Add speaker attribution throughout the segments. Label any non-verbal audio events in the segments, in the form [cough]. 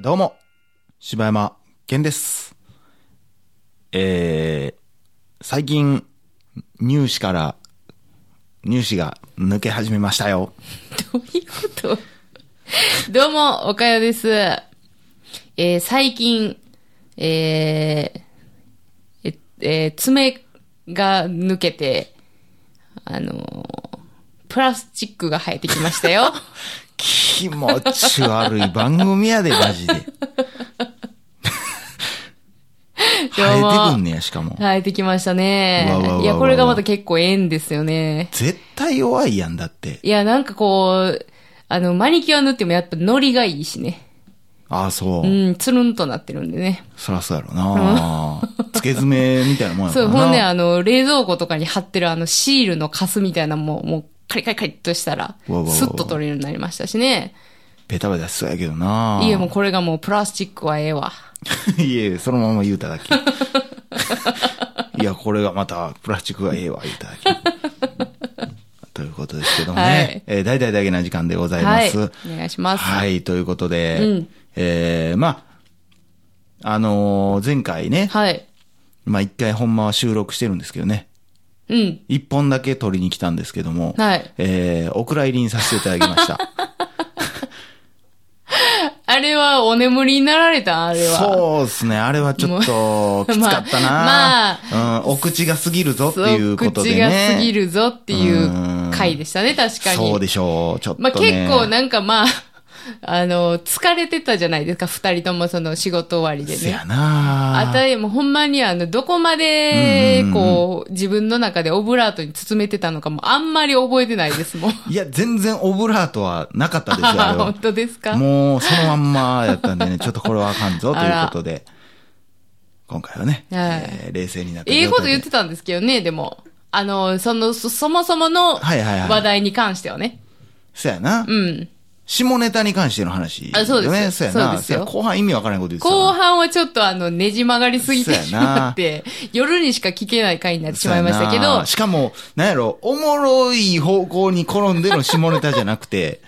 Speaker 1: どうも、柴山健です。えー、最近、乳歯から、乳歯が抜け始めましたよ。
Speaker 2: どういうことどうも、おかよです。えー最近、えーえ、えー爪が抜けて、あのープラスチックが生えてきました
Speaker 1: [laughs]
Speaker 2: よ。
Speaker 1: 気持ち悪い番組
Speaker 2: [laughs]
Speaker 1: やで、マジで。生えてくんねや、しかも。
Speaker 2: 生えてきました
Speaker 1: うわうわうわう
Speaker 2: ね。
Speaker 1: わ
Speaker 2: いや、これがまた結構縁ですよね。
Speaker 1: 絶対弱いやんだって。
Speaker 2: いや、なんかこう、あの、マニキュア塗ってもやっぱノリがいいしね。
Speaker 1: ああ、そうう。
Speaker 2: ん、つるんとなってるんでね。
Speaker 1: そらそうやろな。つけ爪みたいなもんやか
Speaker 2: そ
Speaker 1: ら
Speaker 2: う、
Speaker 1: な。
Speaker 2: ほんで、あの、冷蔵庫とかに貼ってるあの、シールのカスみたいなのも、もう、カリカリカリっとしたら
Speaker 1: わわわ、わ
Speaker 2: スッと取れるようになりましたしね。
Speaker 1: ベタベタしそうやけどない
Speaker 2: や、もうこれがもう、プラスチックはええわ。
Speaker 1: [laughs] いえ、そのまま言うただけ。 [laughs] いや、これがまた、プラスチックがええわ、言うただけ。 [laughs] ということですけどもね。
Speaker 2: はい
Speaker 1: えー大々だけな時間でございま
Speaker 2: はい。
Speaker 1: す。
Speaker 2: お願いします。。
Speaker 1: はいい、ということで、
Speaker 2: うん
Speaker 1: えー、まあ、あのー前回ね、
Speaker 2: はい。
Speaker 1: まあ、一回ほんまは収録してるんですけどね。
Speaker 2: うん。
Speaker 1: 一本だけ取りに来たんですけども、
Speaker 2: はい
Speaker 1: えー、お蔵入りにさせていただきました。
Speaker 2: あれは、お眠りになられたあれは。
Speaker 1: そうですね。あれはちょっと、きつかったな、
Speaker 2: まあ
Speaker 1: うん、お口が過ぎるぞって
Speaker 2: そう
Speaker 1: いうことでね。
Speaker 2: 口が過ぎるぞっていう
Speaker 1: うん
Speaker 2: 回でしたね、確かに。
Speaker 1: そうでしょう。ちょっと、ね。
Speaker 2: まあ、結構なんかまあ、あの、疲れてたじゃないですか、二人ともその仕事終わりで
Speaker 1: せ
Speaker 2: ね
Speaker 1: や。な
Speaker 2: あたりもほんまにあの、どこまで、こう、自分の中でオブラートに包めてたのかも、あんまり覚えてないですもん。
Speaker 1: いや、全然オブラートはなかったですよ、あれ
Speaker 2: [laughs] 本
Speaker 1: は。
Speaker 2: 当ですか
Speaker 1: もう、そのまんまやったんで
Speaker 2: [laughs]
Speaker 1: ね、ちょっとこれはあかんぞ、と
Speaker 2: あ
Speaker 1: いう
Speaker 2: ら
Speaker 1: ことで。今回はね、
Speaker 2: はい
Speaker 1: えー冷静になって
Speaker 2: ええこと言って
Speaker 1: た。
Speaker 2: たんですけどね、でも。あの、その、そそもそもの
Speaker 1: はいはいはい
Speaker 2: 話題に関してはね。
Speaker 1: そやな、
Speaker 2: うん。
Speaker 1: 下ネタに関しての話、
Speaker 2: あそうですよ
Speaker 1: ね。そやな
Speaker 2: そうですよ
Speaker 1: そや後半意味わからないこと言ってたな。
Speaker 2: 後半はちょっとあの、ねじ曲がりすぎ
Speaker 1: そ
Speaker 2: て
Speaker 1: うやな
Speaker 2: しまって、夜にしか聞けない回になってしまいましたけ
Speaker 1: そうや
Speaker 2: ど
Speaker 1: な、しかも、なんやろ、おもろい方向に転んでの下ネタじゃなく
Speaker 2: [laughs]
Speaker 1: て、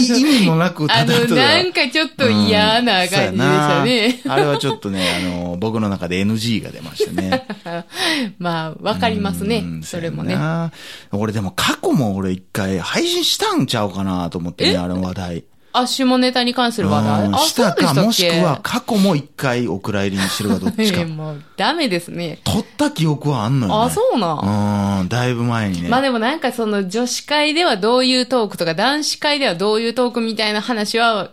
Speaker 1: い意味もなくた
Speaker 2: あ
Speaker 1: だただ
Speaker 2: の、なんかちょっと嫌な感じでした
Speaker 1: うん
Speaker 2: ね
Speaker 1: そうや。なあれはちょっとね、あの、僕の中で NG が出ましたね。
Speaker 2: [laughs] まあ、わかりますね
Speaker 1: う。ん
Speaker 2: それも。ね
Speaker 1: や。な俺でも過去も俺一回配信したんちゃうかなと思ってね、
Speaker 2: え
Speaker 1: あの話題。
Speaker 2: あ、下ネタに関する話題。
Speaker 1: うん
Speaker 2: あ、
Speaker 1: し
Speaker 2: そう
Speaker 1: た
Speaker 2: でした
Speaker 1: か、
Speaker 2: っけ
Speaker 1: もしくは過去も一回お蔵入りにしてるかどっち
Speaker 2: え
Speaker 1: か
Speaker 2: え。 [laughs] もう、ダメですね。
Speaker 1: 撮った記憶はあんのよ、ね。
Speaker 2: あ、そうな。
Speaker 1: うん、だいぶ前にね。
Speaker 2: まあでもなんかその女子会ではどういうトークとか男子会ではどういうトークみたいな話は、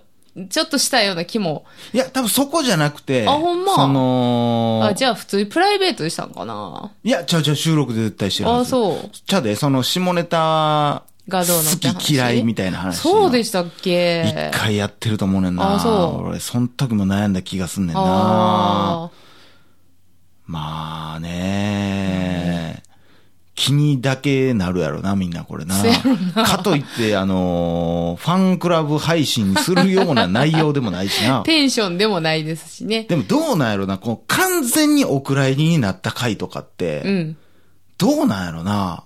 Speaker 2: ちょっとしたような気も。
Speaker 1: いや、多分そこじゃなくて、
Speaker 2: あほんま
Speaker 1: その、
Speaker 2: あ、じゃあ普通にプライベートでしたんかない
Speaker 1: や、ちゃうちゃう、収録で絶対してるは
Speaker 2: あ、
Speaker 1: ず。
Speaker 2: そう。
Speaker 1: ちゃうで、その、下ネタ、
Speaker 2: がどうのっ
Speaker 1: 好
Speaker 2: て話
Speaker 1: き嫌いみたいな話。
Speaker 2: そうで
Speaker 1: し
Speaker 2: したっ
Speaker 1: 一
Speaker 2: け
Speaker 1: 回やってると思うねんな。
Speaker 2: あそう
Speaker 1: 俺、その時も悩んだ気がすんねんな。
Speaker 2: あ
Speaker 1: まあね、気にだけなるやろな、みんなこれな。
Speaker 2: そうやろ
Speaker 1: かといって、あのーファンクラブ配信するような内容でもないしな
Speaker 2: [laughs] あ。。テンションでもないですしね。
Speaker 1: でもどうなんやろな、こう、完全にお蔵入りになった回とかっ
Speaker 2: う
Speaker 1: て、
Speaker 2: ん。
Speaker 1: どうなんやろな。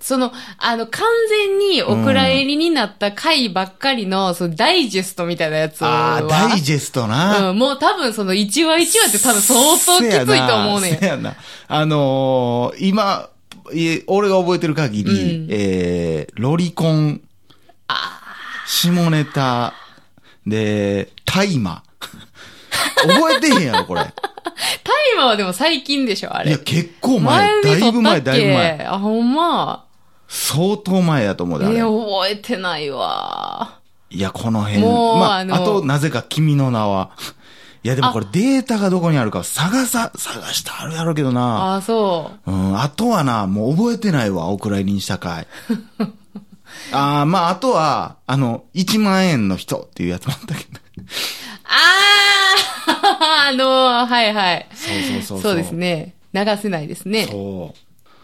Speaker 2: その、あの、完全にお蔵入りになった回ばっかりの、そのダイジェストみたいなやつ
Speaker 1: あ
Speaker 2: は。
Speaker 1: あ、ダイジェストな。
Speaker 2: うん、もう多分その1話1話って多分相当きついと思うねん
Speaker 1: せ。やな。せやなあのー今、い俺が覚えてる限り、
Speaker 2: うん
Speaker 1: えー、ロリコン、下ネタ、で、大麻。 [laughs] 覚えてへんやろ、これ。
Speaker 2: タイマーはでも最近でしょ、あ
Speaker 1: いや、
Speaker 2: れ。
Speaker 1: 結構前、
Speaker 2: に
Speaker 1: だいぶ前、だ
Speaker 2: 撮
Speaker 1: い
Speaker 2: ったっ
Speaker 1: ぶ
Speaker 2: け
Speaker 1: 前。
Speaker 2: あ、ほんま。
Speaker 1: 相当前やと思う
Speaker 2: え
Speaker 1: で、あれ。
Speaker 2: ー、覚えてないわ。
Speaker 1: いや、この辺。
Speaker 2: もう
Speaker 1: まあ、あ
Speaker 2: あの
Speaker 1: と、なぜか君の名は。 [laughs] いや、でもこれデータがどこにあるか探さ、探してあるやろうけどな。
Speaker 2: あ、そう。
Speaker 1: うん、あとはな、もう覚えてないわ、お蔵入りにした
Speaker 2: [laughs]
Speaker 1: 回。ああ、まあ、あとは、あの、1万円の人っていうやつもあったけど。
Speaker 2: あーあのー、はいはい。
Speaker 1: そうそうそう
Speaker 2: そうです。ね。流せないですね。
Speaker 1: そ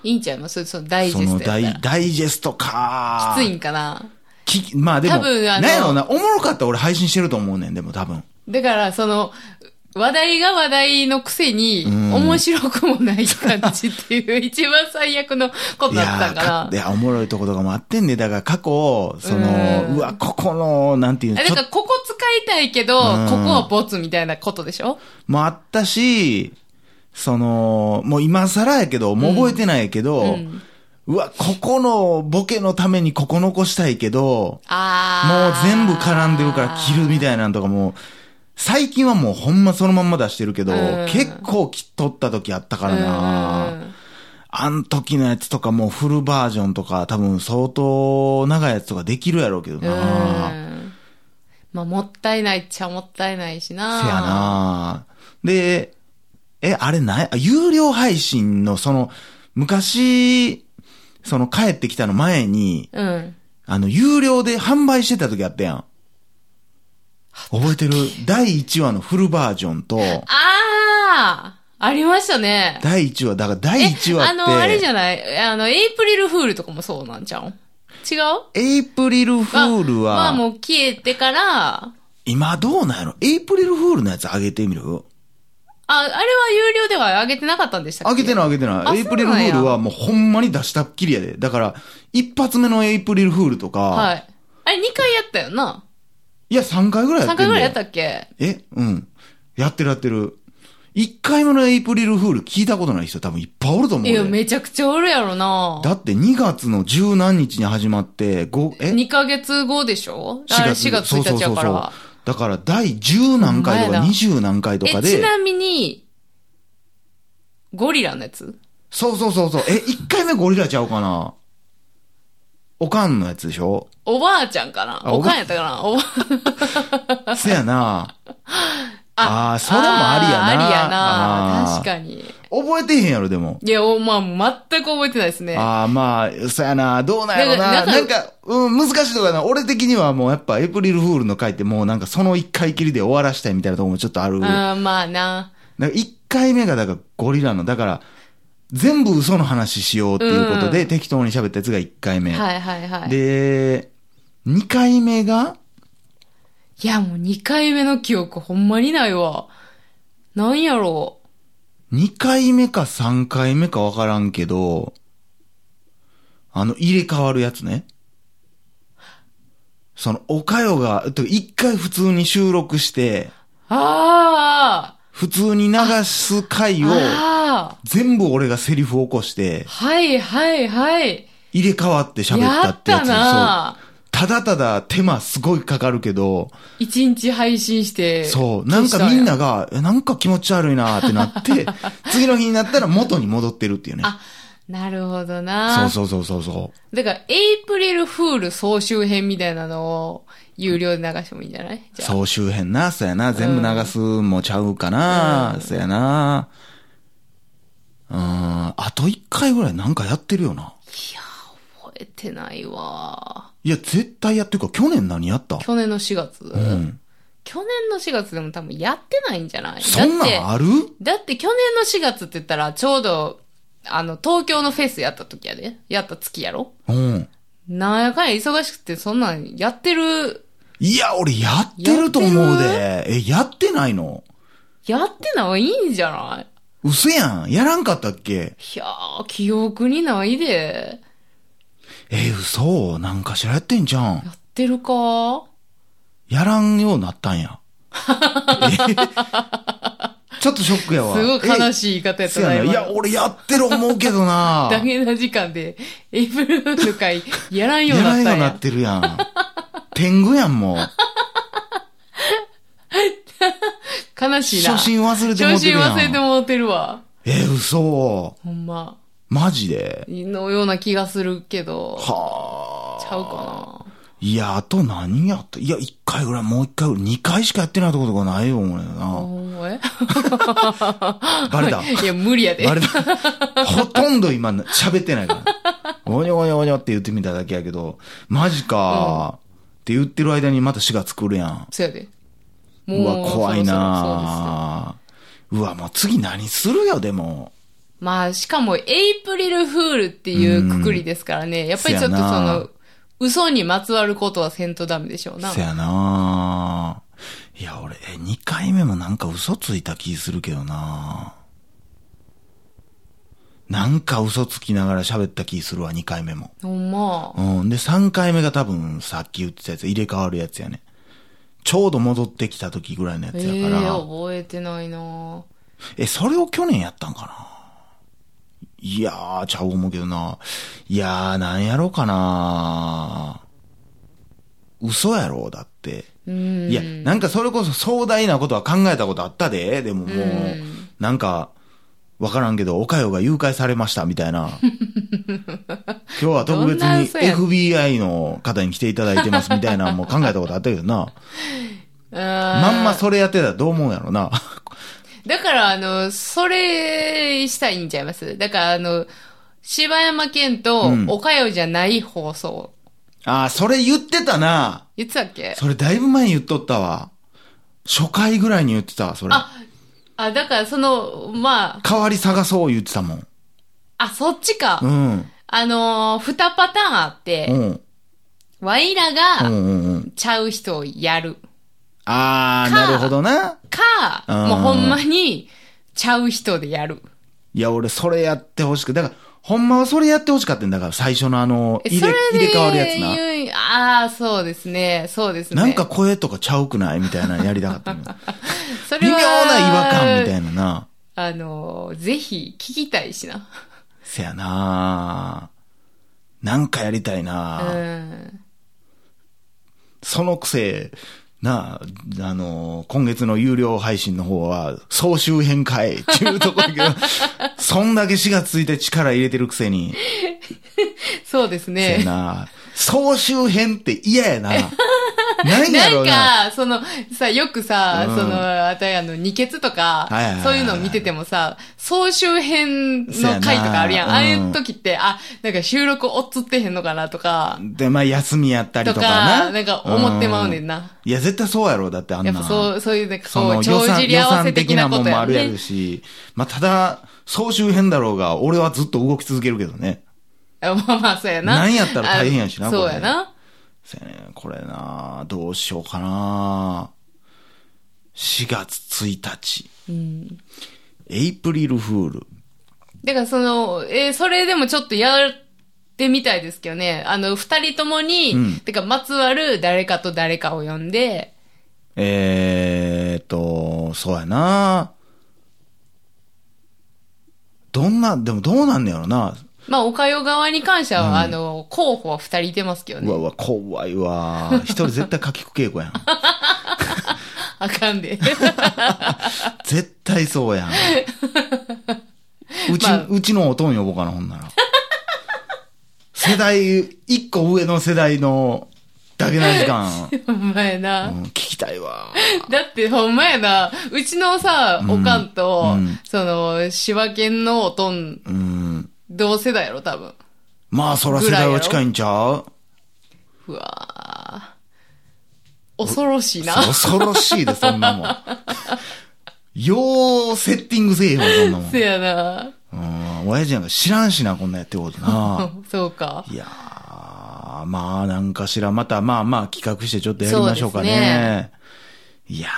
Speaker 2: いいんちゃいますそのダ
Speaker 1: う。
Speaker 2: イジ
Speaker 1: そ
Speaker 2: ェス
Speaker 1: のダ
Speaker 2: トやった
Speaker 1: イ、
Speaker 2: ら。
Speaker 1: ダイジェストか
Speaker 2: きついんかな。
Speaker 1: きまあでも、
Speaker 2: 多分あの
Speaker 1: なんやろうな、おもろかったら俺配信してると思うねん、でも多分。
Speaker 2: だから、その、話題が話題のくせに、
Speaker 1: ん
Speaker 2: 面白くもない感じっていう、一番最悪のこと
Speaker 1: い
Speaker 2: だった
Speaker 1: や
Speaker 2: んか
Speaker 1: か
Speaker 2: な。
Speaker 1: いや、おもろいとことかもあってんね。だから過去、その、
Speaker 2: うん
Speaker 1: うわ、ここの、なんていうの、
Speaker 2: え、
Speaker 1: ち
Speaker 2: だ
Speaker 1: ょ
Speaker 2: から、ここ使いたいけど、ここ
Speaker 1: ん
Speaker 2: はボツみたいなことでしょ
Speaker 1: もあったし、その、もう今更やけど、もう覚えてないけど、うわ、ここのボケのためにここ残したいけど、もう
Speaker 2: あー。
Speaker 1: 全部絡んでるから切るみたいなんとかもう、最近はもうほんまそのまんま出してるけど、
Speaker 2: うん
Speaker 1: 結構切っとった時あったから
Speaker 2: う
Speaker 1: な。
Speaker 2: ん
Speaker 1: あん時のやつとかもうフルバージョンとか多分相当長いやつとかできるやろうけど
Speaker 2: う
Speaker 1: な。
Speaker 2: ん。まあ、もったいないっちゃもったいないしな。
Speaker 1: せやなで、え、あれないあ有料配信のその、昔、その帰ってきたの前に、
Speaker 2: うん。
Speaker 1: あの、有料で販売してた時あったやん。覚えてる第1話のフルバージョンと、
Speaker 2: ああありましたね。
Speaker 1: 第1話、だから第1話って、
Speaker 2: あの、あれじゃないあの、エイプリルフールとかもそうなんじゃん違う
Speaker 1: エイプリルフール
Speaker 2: まあ
Speaker 1: は、
Speaker 2: もう消えてから、
Speaker 1: 今どうなんやろエイプリルフールのやつ上げてみる
Speaker 2: あ、あれは有料では上げてなかったんでしたっ
Speaker 1: 上
Speaker 2: け
Speaker 1: げてない上げて
Speaker 2: あ
Speaker 1: ない。エイプリルフールはもうほんまに出したっきりやで。だから、一発目のエイプリルフールとか、
Speaker 2: はい。あれ2回やったよな。
Speaker 1: いや、3回ぐらいや
Speaker 2: 3
Speaker 1: って
Speaker 2: 回
Speaker 1: る。
Speaker 2: ぐらいやったっけ
Speaker 1: えうん。やってるやってる。1回目のエイプリルフール聞いたことない人多分いっぱいおると思う
Speaker 2: いや、
Speaker 1: で。
Speaker 2: めちゃくちゃおるやろな。
Speaker 1: だって2月の十何日に始まって、5、え
Speaker 2: 2ヶ月後でしょあれ4月1日やから。
Speaker 1: だから第10何回と
Speaker 2: ほん
Speaker 1: か
Speaker 2: まやな
Speaker 1: 20何回とか
Speaker 2: え、ち
Speaker 1: で、
Speaker 2: なみに、ゴリラのやつ
Speaker 1: そうそうそうそう。え、1回目ゴリラちゃうかなおかんのやつでし
Speaker 2: [laughs]
Speaker 1: ょ
Speaker 2: おばあちゃんかな
Speaker 1: あ
Speaker 2: お
Speaker 1: おば
Speaker 2: かんやったかなおば
Speaker 1: せやな。ああー、それもありやな。
Speaker 2: あーありやな。
Speaker 1: あー
Speaker 2: 確かに。
Speaker 1: 覚えてへんやろ、でも。
Speaker 2: いや、お、まあ、全く覚えてないですね。
Speaker 1: ああ、まあ、そやな、どうなんやろ
Speaker 2: な
Speaker 1: な。
Speaker 2: んか
Speaker 1: なんか、うん、難しいとかな。俺的にはもうやっぱ、エイプリルフールの回ってもうなんかその一回きりで終わらしたいみたいなところもちょっとある。なんか
Speaker 2: あーまあな。
Speaker 1: 一回目がだからゴリラの、だから、全部嘘の話しようっていうことで、適当に喋ったやつが一回目。
Speaker 2: はいはいはい。
Speaker 1: で、二回目が、
Speaker 2: いや、もう2回目の記憶ほんまにないわ。なんやろ
Speaker 1: 二回目か三回目かわからんけど、あの、入れ替わるやつね。その、おかよが、えっと一回普通に収録して、
Speaker 2: う。ああ
Speaker 1: 普通に流す回を、
Speaker 2: ああ
Speaker 1: 全部俺がセリフを起こして、
Speaker 2: はいはいはい。
Speaker 1: 入れ替わって喋っ
Speaker 2: や
Speaker 1: た
Speaker 2: っ
Speaker 1: ってや
Speaker 2: た
Speaker 1: つ
Speaker 2: な
Speaker 1: そうただただ手間すごいかかるけど、
Speaker 2: 一日配信して。
Speaker 1: そう。なんかみん
Speaker 2: 消したや。
Speaker 1: なが、えなんか気持ち悪いなーってな
Speaker 2: [laughs]
Speaker 1: って、次の日になったら元に戻ってるっていうね。
Speaker 2: あなるほどな。
Speaker 1: そうそうそうそうそう。
Speaker 2: だから、エイプリルフール総集編みたいなのを、有料で流してもいいんじゃないじゃあ。
Speaker 1: 総集編な、そやな。全部流すもちゃうかな、
Speaker 2: うん
Speaker 1: そやな。うん、あと一回ぐらいなんかやってるよな。
Speaker 2: 覚えてないわ。
Speaker 1: いや、絶対やってるか。去年何やった
Speaker 2: 去年の4月、
Speaker 1: うん。
Speaker 2: 去年の4月でも多分やってないんじゃない
Speaker 1: そんな
Speaker 2: だ
Speaker 1: ん
Speaker 2: って、
Speaker 1: ある
Speaker 2: だって去年の4月って言ったら、ちょうど、あの、東京のフェスやった時やで。やった月やろ
Speaker 1: うん。
Speaker 2: なんやかんや忙しくて、そんなんやってる、
Speaker 1: いや、俺やってると思うで。え、やってないの
Speaker 2: やってないんじゃない
Speaker 1: 嘘やん。やらんかったっけ
Speaker 2: いやー、記憶にないで。
Speaker 1: え、嘘なんかしらやってんじゃん。
Speaker 2: やってるか
Speaker 1: やらんようになったん
Speaker 2: [laughs]
Speaker 1: や。えちょっとショックやわ。
Speaker 2: すごい悲
Speaker 1: し
Speaker 2: しい言い方やった
Speaker 1: や
Speaker 2: な、
Speaker 1: な。い
Speaker 2: 今
Speaker 1: や、俺やってる思うけどな。
Speaker 2: [laughs] ダゲな時間で、エイプリルフール会、 [laughs] やらんよう
Speaker 1: や
Speaker 2: に
Speaker 1: ら
Speaker 2: なっ
Speaker 1: ん
Speaker 2: た
Speaker 1: ようんにな
Speaker 2: や
Speaker 1: っ。てるやん。天狗やん、もう。
Speaker 2: 悲 [laughs] しいな。
Speaker 1: 初心忘れても
Speaker 2: 初
Speaker 1: うて
Speaker 2: 心
Speaker 1: るやん。
Speaker 2: 忘れてもうてるわ。
Speaker 1: え、嘘
Speaker 2: ほんま。
Speaker 1: マジで
Speaker 2: のような気がするけど。
Speaker 1: は
Speaker 2: ちゃうか
Speaker 1: あ。いや、あと何やったいや、一回ぐらい、もう一回ぐらい、二回しかやってないとことがないよ、思うよ
Speaker 2: な。 [laughs]
Speaker 1: な。
Speaker 2: ほんまえ
Speaker 1: バレた。
Speaker 2: [laughs] いや、無理やで。
Speaker 1: バレた。ほとんど今、喋ってないから。ごにょごにょごにょって言ってみただけやけど、マジかーって言ってる間にまた4月来るやん。
Speaker 2: そうやで。も
Speaker 1: うわ、怖い
Speaker 2: そうそうそうで
Speaker 1: なーうわ、もう次何するよ、でも。
Speaker 2: すまあ、しかも、エイプリルフールっていうくくりですからね。やっぱりちょっと
Speaker 1: せ
Speaker 2: そ
Speaker 1: やな
Speaker 2: の、嘘にまつわることはせんとダメでしょうな
Speaker 1: せ。やなーいや、俺、え、2回目もなんか嘘ついた気するけどななんか嘘つきながら喋った気するわ、2回目も。
Speaker 2: ほんま。
Speaker 1: うん。で、3回目が多分、さっき言ってたやつ、入れ替わるやつやね。ちょうど戻ってきた時ぐらいのやつ
Speaker 2: え
Speaker 1: やから。
Speaker 2: ー、覚えてないなぁ
Speaker 1: え、それを去年やったんかないやー、ちゃう思うけどな。いやー、なんやろうかな嘘やろだって。
Speaker 2: うん。
Speaker 1: いや、なんかそれこそ壮大なことは考えたことあったで。でももう、
Speaker 2: うん
Speaker 1: なんか、わからんけど、岡代が誘拐されました、みたい
Speaker 2: [laughs]
Speaker 1: な。今日は特別
Speaker 2: どんな
Speaker 1: に
Speaker 2: 嘘や
Speaker 1: FBI の方に来ていただいてます、みたいな、もう考えたことあったけど
Speaker 2: [laughs]
Speaker 1: な。
Speaker 2: ま
Speaker 1: まんまそれやってたらどう思うんやろな。
Speaker 2: だから、あの、それ、したいんちゃいますだから、あの、柴山健と
Speaker 1: うん、
Speaker 2: 岡代じゃない放送。
Speaker 1: あー、それ言ってたな。
Speaker 2: いつだっけ
Speaker 1: それだいぶ前に言っとったわ。初回ぐらいに言ってたわ、それ。
Speaker 2: ああ、だから、その、まあ、
Speaker 1: 代わり探そう言ってたもん。
Speaker 2: あ、そっちか。
Speaker 1: うん。
Speaker 2: あのー、二パターンあっ
Speaker 1: う
Speaker 2: て、
Speaker 1: ん。
Speaker 2: ワイら
Speaker 1: う
Speaker 2: が、
Speaker 1: んうんうん。
Speaker 2: ちゃう人をやる。
Speaker 1: あー、
Speaker 2: か
Speaker 1: なるほどな。
Speaker 2: か、
Speaker 1: うん
Speaker 2: もうほんまに、ちゃう人でやる。
Speaker 1: いや、俺それやってほしく、だから、ほんまはそれやってほしかったんだから、最初のあの、
Speaker 2: え
Speaker 1: 入れ、入れ替わるやつな。
Speaker 2: 言うああ、そうですね。そうですね。
Speaker 1: なんか、声とかちゃうくないみたいなのやりたか
Speaker 2: [laughs]
Speaker 1: ったの
Speaker 2: そ
Speaker 1: 微
Speaker 2: れ
Speaker 1: 妙
Speaker 2: は
Speaker 1: な違和感みたいなな。
Speaker 2: あのー、ぜひ、聞きたいしな。
Speaker 1: せやななんかやりたいうな、
Speaker 2: ん。
Speaker 1: そのくせ、なあ、あのー今月の有料配信の方は、総集編かいっていうところ
Speaker 2: [laughs]
Speaker 1: やけど、そんだけ4月1日力入れてるくせに、
Speaker 2: そうです
Speaker 1: せや
Speaker 2: ね。
Speaker 1: な、総集編って嫌やな。ないやろ
Speaker 2: な
Speaker 1: うな。
Speaker 2: んか、その、さ、よくさ、
Speaker 1: うん
Speaker 2: その、あたりあの、二血とか
Speaker 1: はいはいはいは、い
Speaker 2: そういうのを見ててもさ、総集編の回とかあるやん。
Speaker 1: そうやな
Speaker 2: ああいう時って、あ、なんか収録おっつってへんのかなとか、
Speaker 1: で、まあ、休みやったり
Speaker 2: と
Speaker 1: とかな。
Speaker 2: か、なんか思ってまうねんな。
Speaker 1: いや、絶対そうやろう。だってあんな。
Speaker 2: やっぱそう、そういうなんか
Speaker 1: そ
Speaker 2: こ
Speaker 1: の
Speaker 2: う、
Speaker 1: 予
Speaker 2: 帳
Speaker 1: 算、
Speaker 2: 尻
Speaker 1: 予
Speaker 2: 合わせ
Speaker 1: 算的
Speaker 2: 的
Speaker 1: な
Speaker 2: な
Speaker 1: も
Speaker 2: こ
Speaker 1: ん
Speaker 2: と
Speaker 1: もあ
Speaker 2: や
Speaker 1: るや
Speaker 2: ね
Speaker 1: る。し、まあ、ただ、総集編だろうが、俺はずっと動き続けるけどね。
Speaker 2: あ [laughs] まあまあ、そうやな。
Speaker 1: なんやったら大変やしな
Speaker 2: あ
Speaker 1: これ
Speaker 2: そうやな。
Speaker 1: せやねこれなどうしようかな4月1日。エイプリルフール。
Speaker 2: だからその、えーそれでもちょっとやってみたいですけどね。あの、二人ともに、
Speaker 1: うん
Speaker 2: てか、まつわる誰かと誰かを呼んで、
Speaker 1: えーっと、そうやなどんな、でもどうなんねやろな
Speaker 2: まあ、おかよ側に関しては、あの、候補は二人いてますけど
Speaker 1: うわ
Speaker 2: ね。
Speaker 1: うわ、怖いわ。一人絶対書きく稽古やん。
Speaker 2: あかんで。 [laughs]
Speaker 1: 絶対そうやん。うち、
Speaker 2: まあ
Speaker 1: うちのおとん呼ぼうかな、ほんなら。世代、一個上の世代の、だけな時
Speaker 2: [laughs]
Speaker 1: 間、
Speaker 2: ほんまや
Speaker 1: う
Speaker 2: な。
Speaker 1: ん、聞きたいわ。
Speaker 2: だってほんまやな。うちのさ、おかんと、
Speaker 1: うん
Speaker 2: その、柴犬のおとん、
Speaker 1: うん。
Speaker 2: 同世代やろ、多分。
Speaker 1: まあ、そら世代は近いんちゃう
Speaker 2: うわー恐ろしいな。
Speaker 1: 恐ろしいで、そん
Speaker 2: [laughs]
Speaker 1: なもん。よう、セッティングせえよ、そんなもん
Speaker 2: せやな。
Speaker 1: うん。親父なんか知らんしな、こんなんやってること
Speaker 2: [laughs]
Speaker 1: な。
Speaker 2: そうか。
Speaker 1: いやー、まあ、なんかしら、また、まあまあ、企画してちょっとやりましょうかね。
Speaker 2: そうで
Speaker 1: いや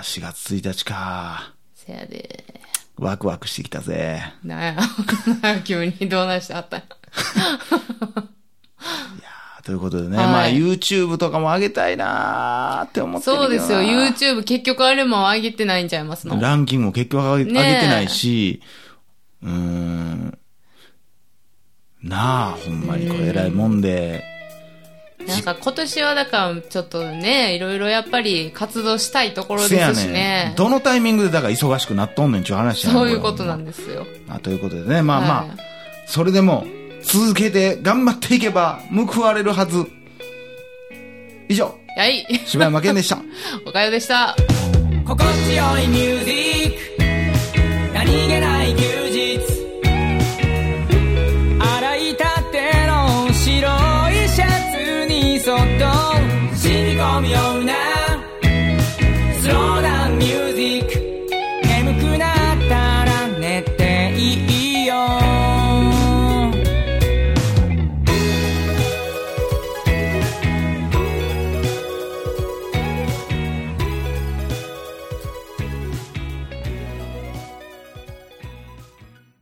Speaker 1: ー、4月1日か。
Speaker 2: せやで。
Speaker 1: ワクワクしてきたぜ。
Speaker 2: なんや、 [laughs] 急にどうなして
Speaker 1: [laughs]
Speaker 2: はったんや
Speaker 1: ということでね、
Speaker 2: はい
Speaker 1: まあ、YouTube とかも上げたいなーって思ってるけど
Speaker 2: そう
Speaker 1: な
Speaker 2: ですよ、YouTube 結局あれも上げてないんちゃいますの。
Speaker 1: ランキングも結局上げ,、
Speaker 2: ねえ
Speaker 1: てないし、うーん。なあ、ほんまにこれ偉いもんで。
Speaker 2: なんか今年はだからちょっとね、いろいろやっぱり活動したいところ
Speaker 1: せ
Speaker 2: で
Speaker 1: や
Speaker 2: すし
Speaker 1: ね
Speaker 2: ね
Speaker 1: ん。。どのタイミングでだから忙しくなっとんねんちゅう話やねん
Speaker 2: そういうこと
Speaker 1: れ
Speaker 2: な
Speaker 1: ほま
Speaker 2: んですよ。
Speaker 1: まあ、ということでね、まあまあ、
Speaker 2: はい
Speaker 1: それでも続けて頑張っていけば報われるはず。以上、
Speaker 2: はい、 [laughs]
Speaker 1: 柴山健でした。
Speaker 2: おかよでした。
Speaker 3: 心地よいミュージック